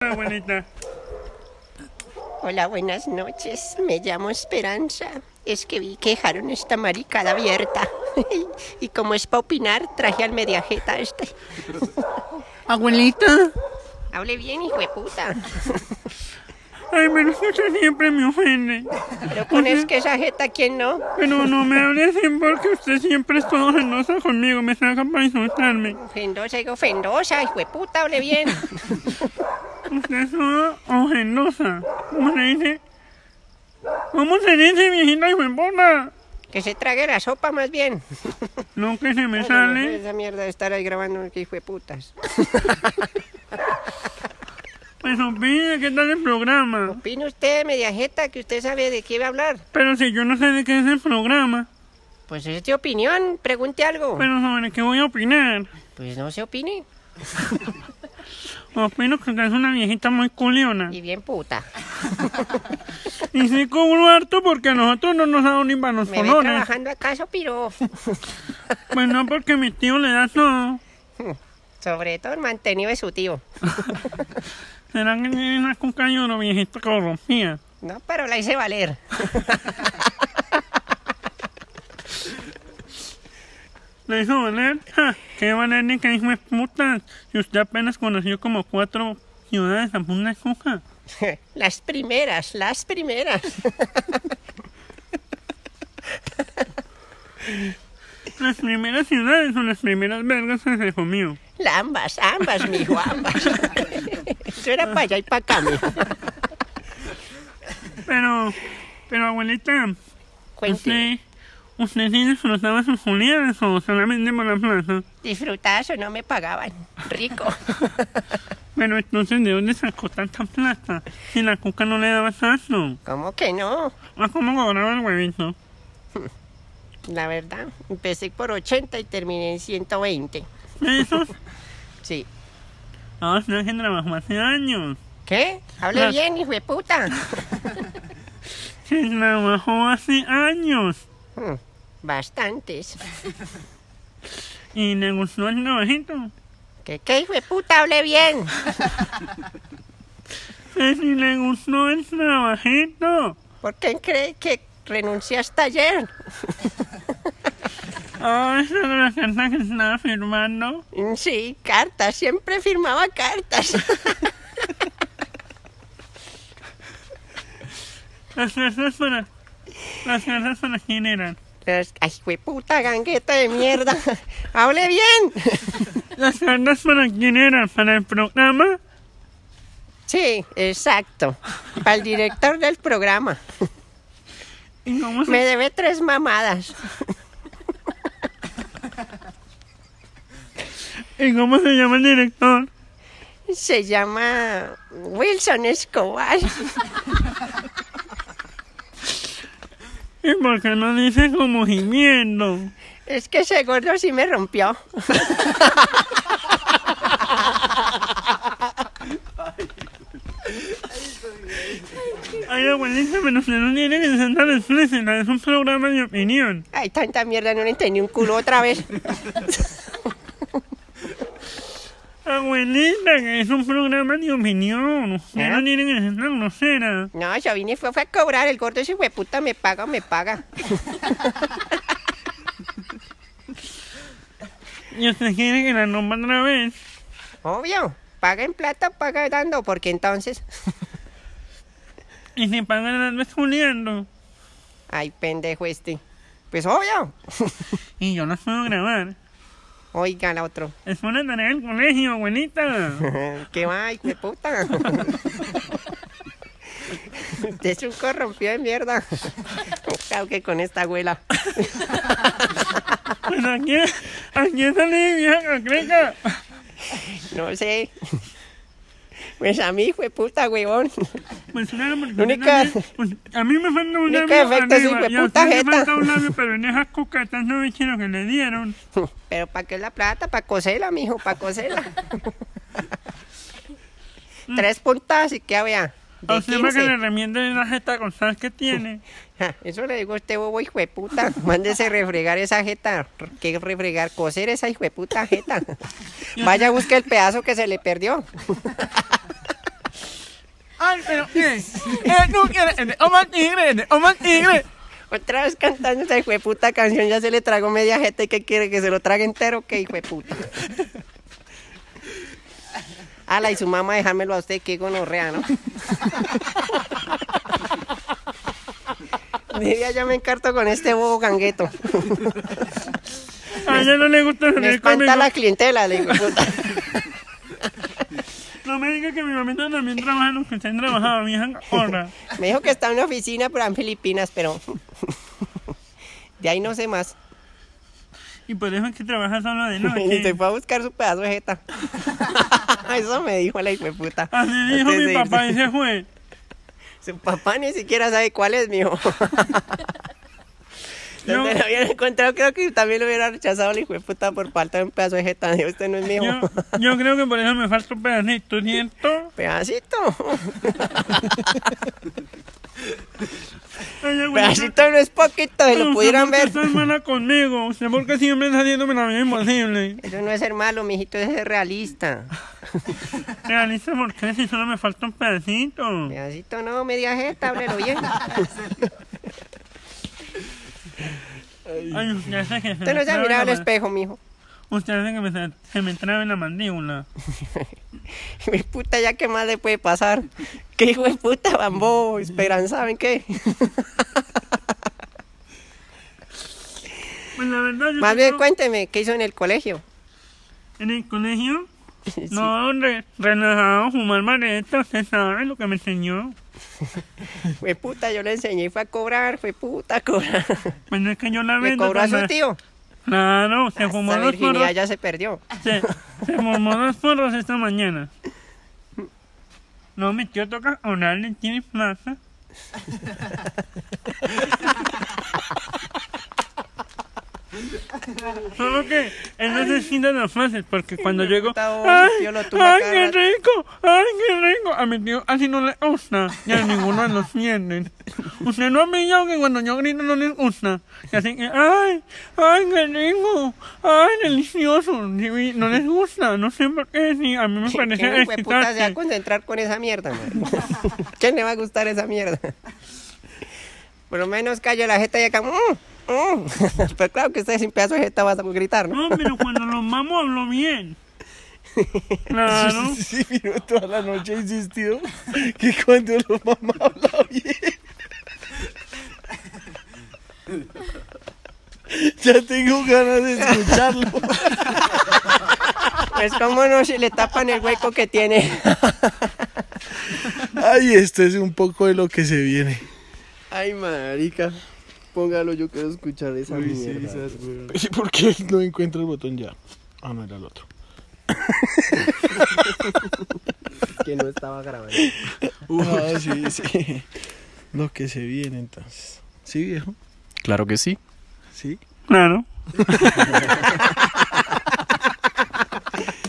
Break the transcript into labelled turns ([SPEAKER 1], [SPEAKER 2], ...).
[SPEAKER 1] Hola, abuelita.
[SPEAKER 2] Hola, buenas noches. Me llamo Esperanza. Es que vi que dejaron esta maricada abierta. y como es para opinar, traje al mediajeta este.
[SPEAKER 3] Abuelita,
[SPEAKER 2] Hable bien, hijo de puta.
[SPEAKER 1] Ay, pero usted siempre me ofende.
[SPEAKER 2] Pero con es que esa jeta, ¿quién no?
[SPEAKER 1] Pero no me hable así porque usted siempre es todo genosa conmigo. Me saca para insultarme.
[SPEAKER 2] Ofendosa, digo, ofendosa, hijo de puta, hable bien.
[SPEAKER 1] Usted es toda ojendosa. ¿Cómo se dice? ¿Cómo se dice, viejita hijueputa?
[SPEAKER 2] Que se trague la sopa más bien.
[SPEAKER 1] No, que se me
[SPEAKER 2] Ay, no,
[SPEAKER 1] sale.
[SPEAKER 2] Esa mierda de estar ahí grabando, que hijo de putas.
[SPEAKER 1] Pues opine, ¿qué tal el programa?
[SPEAKER 2] Opine usted, mediajeta, que usted sabe de qué va a hablar.
[SPEAKER 1] Pero si yo no sé de qué es el programa,
[SPEAKER 2] Pues es de opinión, pregunte algo.
[SPEAKER 1] pero sobre qué voy a opinar.
[SPEAKER 2] Pues no se opine.
[SPEAKER 1] Opino que usted es una viejita muy culiona.
[SPEAKER 2] Y bien puta.
[SPEAKER 1] Y sí cobro harto porque a nosotros no nos ha dado ni para los
[SPEAKER 2] ¿Me ve
[SPEAKER 1] colores.
[SPEAKER 2] trabajando acaso, piro?
[SPEAKER 1] Pues no, porque mi tío le da todo.
[SPEAKER 2] Sobre todo el mantenido de su tío.
[SPEAKER 1] ¿Será que tiene una cuca y una viejita corrompida?
[SPEAKER 2] No, pero la hice valer.
[SPEAKER 1] ¿Le hizo valer? Ja, qué valer ni que hijo de putas. Si usted apenas conoció como cuatro ciudades a una cuca.
[SPEAKER 2] Las primeras, las primeras.
[SPEAKER 1] Las primeras ciudades son las primeras vergas que se comió.
[SPEAKER 2] La- ambas, ambas, mijo, ambas. Eso era para allá y para acá, mijo.
[SPEAKER 1] Pero, pero abuelita,
[SPEAKER 2] Cuente,
[SPEAKER 1] ¿usted, usted sí disfrutaba sus juliadas o solamente por la plaza?
[SPEAKER 2] disfrutazo, no me pagaban. Rico.
[SPEAKER 1] Pero entonces, ¿de dónde sacó tanta plata? Si la cuca no le daba salto.
[SPEAKER 2] ¿Cómo que no?
[SPEAKER 1] Ah, ¿cómo cobraba el huevito?
[SPEAKER 2] La verdad, empecé por 80 y terminé en 120.
[SPEAKER 1] ¿Pesos?
[SPEAKER 2] Sí.
[SPEAKER 1] Ah, usted que trabajó hace años.
[SPEAKER 2] ¿Qué? Hable
[SPEAKER 1] Las-
[SPEAKER 2] bien, hijo de puta.
[SPEAKER 1] Se trabajó hace años.
[SPEAKER 2] Hmm, Bastantes.
[SPEAKER 1] ¿Y le gustó el trabajito?
[SPEAKER 2] ¿Qué, qué hijo de puta? Hable bien.
[SPEAKER 1] Que si le gustó el trabajito.
[SPEAKER 2] ¿Por qué cree que renuncié hasta ayer?
[SPEAKER 1] Ah, esa era la carta que estaba firmando.
[SPEAKER 2] Mm, Sí, cartas, siempre firmaba cartas.
[SPEAKER 1] Las cartas para... Las cartas para quién eran.
[SPEAKER 2] Las- Ay, hijo de puta, gangueta de mierda. Hable bien.
[SPEAKER 1] Las cartas para quién eran. Para el programa.
[SPEAKER 2] Sí, exacto. Para el director del programa.
[SPEAKER 1] ¿Y cómo se
[SPEAKER 2] Me debe tres mamadas.
[SPEAKER 1] ¿Y cómo se llama el director?
[SPEAKER 2] Se llama Wilson Escobar.
[SPEAKER 1] ¿Y por qué no dice como gimiendo?
[SPEAKER 2] Es que ese gordo sí me rompió.
[SPEAKER 1] Ay, abuelita, pero usted no tiene que ser tan explícita. Es un programa de opinión.
[SPEAKER 2] Ay, tanta mierda, no le entendí un culo otra vez.
[SPEAKER 1] Abuelita, que es un programa de opinión. Usted
[SPEAKER 2] ¿Eh?
[SPEAKER 1] no tiene que ser tan grosera.
[SPEAKER 2] No, yo vine y fue, fue a cobrar. El gordo ese hijo de puta me paga o me paga.
[SPEAKER 1] Y usted quiere que la nombre otra vez.
[SPEAKER 2] Obvio. Paga en plata, paga dando, porque entonces.
[SPEAKER 1] Y se pagan las vez Juliando.
[SPEAKER 2] Ay, pendejo este. Pues obvio.
[SPEAKER 1] Y yo las puedo grabar.
[SPEAKER 2] Oiga, la otro.
[SPEAKER 1] Es una tarea del colegio, abuelita.
[SPEAKER 2] ¿Qué va, hijo de puta? Usted es un corrompido de mierda. Claro que con esta abuela.
[SPEAKER 1] Pues aquí, aquí salí, vieja cacreca.
[SPEAKER 2] No sé. Pues a mí, hijo de puta, huevón.
[SPEAKER 1] Pues claro, porque
[SPEAKER 2] Lo
[SPEAKER 1] usted
[SPEAKER 2] único-
[SPEAKER 1] también- pues, a mí me falta un
[SPEAKER 2] único
[SPEAKER 1] labio
[SPEAKER 2] defecto es
[SPEAKER 1] arriba,
[SPEAKER 2] hijo de
[SPEAKER 1] y a
[SPEAKER 2] pues, puta
[SPEAKER 1] usted le
[SPEAKER 2] jeta.
[SPEAKER 1] falta un labio, pero en esas cucatas no viste lo que le dieron.
[SPEAKER 2] Pero ¿para qué la plata? Para coserla, mijo, para coserla. Tres puntadas y que vea.
[SPEAKER 1] A
[SPEAKER 2] De
[SPEAKER 1] usted para que le
[SPEAKER 2] 15.
[SPEAKER 1] remienden la jeta con sal que tiene.
[SPEAKER 2] Ja, Eso le digo a usted, bobo, hijo de puta. Mándese refregar esa jeta. ¿Qué refregar? Coser esa hijo de puta jeta. Vaya, busque el pedazo que se le perdió.
[SPEAKER 3] Ay, pero miren, eh, no quieren, oh man tigre, oh man tigre.
[SPEAKER 2] Otra vez cantando esa hijueputa canción, ya se le tragó media jeta y que quiere que se lo trague entero, qué hijueputa. Ala, y su mamá dejármelo a usted, qué gonorrea, ¿no? Diría, ya me encarto con este bobo gangueto.
[SPEAKER 1] A ella no le gusta
[SPEAKER 2] Me
[SPEAKER 1] salir conmigo.
[SPEAKER 2] espanta la clientela, le digo, puta.
[SPEAKER 1] No me diga que mi mamita también trabaja en lo que usted trabajaba, vieja corra.
[SPEAKER 2] Me dijo que está en una oficina, pero en Filipinas, pero... De ahí no sé más.
[SPEAKER 1] Y por eso es que trabaja solo de noche.
[SPEAKER 2] Y se fue a buscar su pedazo de jeta. Eso me dijo la hijueputa.
[SPEAKER 1] Así dijo
[SPEAKER 2] antes
[SPEAKER 1] mi
[SPEAKER 2] de
[SPEAKER 1] papá y
[SPEAKER 2] irse.
[SPEAKER 1] se fue.
[SPEAKER 2] Su papá ni siquiera sabe cuál es, mijo.
[SPEAKER 1] Yo-
[SPEAKER 2] Donde lo hubiera encontrado, creo que también lo hubiera rechazado la hijueputa por falta de un pedazo de jeta. Dijo, Usted no es mío.
[SPEAKER 1] Yo, yo creo que por eso me falta un pedacito, ¿cierto?
[SPEAKER 2] Pedacito.
[SPEAKER 1] Ella, güey,
[SPEAKER 2] Pedacito no es poquito, se lo
[SPEAKER 1] usted
[SPEAKER 2] pudieran
[SPEAKER 1] por qué
[SPEAKER 2] ver.
[SPEAKER 1] está mala conmigo. Usted porque siempre está haciéndome la vida imposible.
[SPEAKER 2] Eso no es ser malo, mijito, es ser realista.
[SPEAKER 1] Realista, ¿por qué? Si solo me falta un pedacito.
[SPEAKER 2] Pedacito no, media jeta, háblelo bien.
[SPEAKER 1] Ay, usted hace que se
[SPEAKER 2] Usted
[SPEAKER 1] me
[SPEAKER 2] no se ha
[SPEAKER 1] trabe
[SPEAKER 2] mirado al
[SPEAKER 1] la ma-
[SPEAKER 2] espejo, mijo.
[SPEAKER 1] Usted hace que me, se- se me trabe la mandíbula.
[SPEAKER 2] Mi puta, ya qué más le puede pasar. Qué hijo de puta, bambo, esperanza, ¿saben qué?
[SPEAKER 1] Pues la verdad, yo
[SPEAKER 2] Más bien,
[SPEAKER 1] tengo-
[SPEAKER 2] cuénteme, ¿qué hizo en el colegio?
[SPEAKER 1] en el colegio, no, re- relajado, fumar maleta, usted sabe lo que me enseñó.
[SPEAKER 2] Fue puta, yo le enseñé y fue a cobrar, fue puta, a cobrar.
[SPEAKER 1] Pues no es que yo la
[SPEAKER 2] Me
[SPEAKER 1] vendo.
[SPEAKER 2] cobró a
[SPEAKER 1] pues,
[SPEAKER 2] su
[SPEAKER 1] la-
[SPEAKER 2] tío.
[SPEAKER 1] Claro, se fumó
[SPEAKER 2] Esa
[SPEAKER 1] dos porros.
[SPEAKER 2] virginidad ya se perdió.
[SPEAKER 1] Se, se fumó dos porros esta mañana. No, mi tío toca orarle, tiene plaza. Solo que él no se sienta las frases porque cuando llego.
[SPEAKER 2] puta voz,
[SPEAKER 1] ¡Ay,
[SPEAKER 2] tío, lo tumba
[SPEAKER 1] ay
[SPEAKER 2] cada
[SPEAKER 1] qué
[SPEAKER 2] rato".
[SPEAKER 1] rico! ¡Ay, qué rico! A mi tío así no le gusta. Y a ninguno de los tienen. Usted no ha pillado que cuando yo grito no les gusta. Y así que, ¡ay! ¡Ay, qué rico! ¡Ay, delicioso! Y No les gusta, no sé por qué. Sí, a mí me parece
[SPEAKER 2] ¿Quién fue puta se va a
[SPEAKER 1] excitante.
[SPEAKER 2] concentrar con esa mierda, man? ¿Quién le va a gustar esa mierda? Por lo menos calla la jeta y acá. mm, mm. Pero claro que usted sin pedazo de jeta va a gritar, ¿no?
[SPEAKER 1] No, pero cuando los mamos habló bien. Claro.
[SPEAKER 3] Sí, pero toda la noche he insistido que cuando los mamá habla bien. Ya tengo ganas de escucharlo.
[SPEAKER 2] Pues cómo no, si le tapan el hueco que tiene.
[SPEAKER 3] Ay, esto es un poco de lo que se viene.
[SPEAKER 4] Ay, marica. Póngalo, yo quiero escuchar esa mierda.
[SPEAKER 3] ¿Y por qué no encuentro el botón ya? Ah, no, era el otro.
[SPEAKER 4] que no estaba grabando.
[SPEAKER 3] Ah, sí, sí. Lo que se viene entonces. ¿Sí, viejo?
[SPEAKER 5] Claro que sí.
[SPEAKER 3] Sí.
[SPEAKER 1] Claro.